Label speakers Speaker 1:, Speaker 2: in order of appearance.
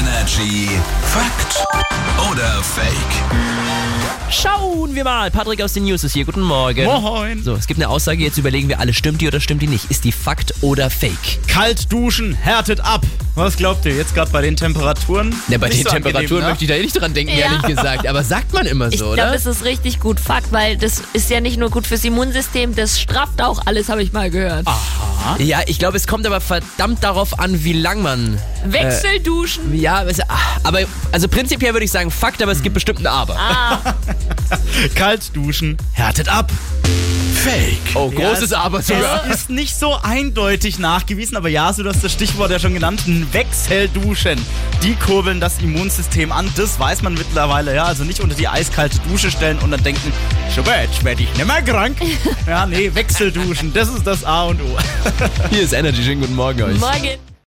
Speaker 1: Energy Fakt oder Fake?
Speaker 2: Schauen wir mal. Patrick aus den News ist hier. Guten Morgen.
Speaker 3: Moin.
Speaker 2: So, es gibt eine Aussage, jetzt überlegen wir alle, stimmt die oder stimmt die nicht? Ist die Fakt oder Fake?
Speaker 3: Kalt duschen, härtet ab. Was glaubt ihr jetzt gerade bei den Temperaturen?
Speaker 2: Ja, bei
Speaker 3: Nicht
Speaker 2: den
Speaker 3: so angenehm,
Speaker 2: Temperaturen
Speaker 3: ne?
Speaker 2: möchte ich da eh nicht dran denken,
Speaker 4: Ja.
Speaker 2: ehrlich gesagt. Aber sagt man immer
Speaker 4: Ich
Speaker 2: so,
Speaker 4: glaube,
Speaker 2: oder?
Speaker 4: es ist richtig gut Fakt, weil das ist ja nicht nur gut fürs Immunsystem, das strafft auch alles, habe ich mal gehört.
Speaker 2: Ah, Ja, ich glaube, es kommt aber verdammt darauf an, wie lang man.
Speaker 4: Wechselduschen.
Speaker 2: Ja, es- ah, aber also prinzipiell würde ich sagen Fakt, aber es gibt bestimmt ein Aber.
Speaker 3: Kalt duschen, härtet ab.
Speaker 1: Fake.
Speaker 2: Oh, großes
Speaker 3: Ja,
Speaker 2: Aber
Speaker 3: es-
Speaker 2: sogar.
Speaker 3: Es ist nicht so eindeutig nachgewiesen, aber ja, so dass das Stichwort ja schon genannten Wechselduschen. Die kurbeln das Immunsystem an, das weiß man mittlerweile, ja. Also nicht unter die eiskalte Dusche stellen und dann denken, jetzt werde ich nimmer krank. Ja, nee, Wechselduschen, das ist das A und O.
Speaker 2: Hier ist Energy. Schönen guten Morgen euch.
Speaker 4: Morgen.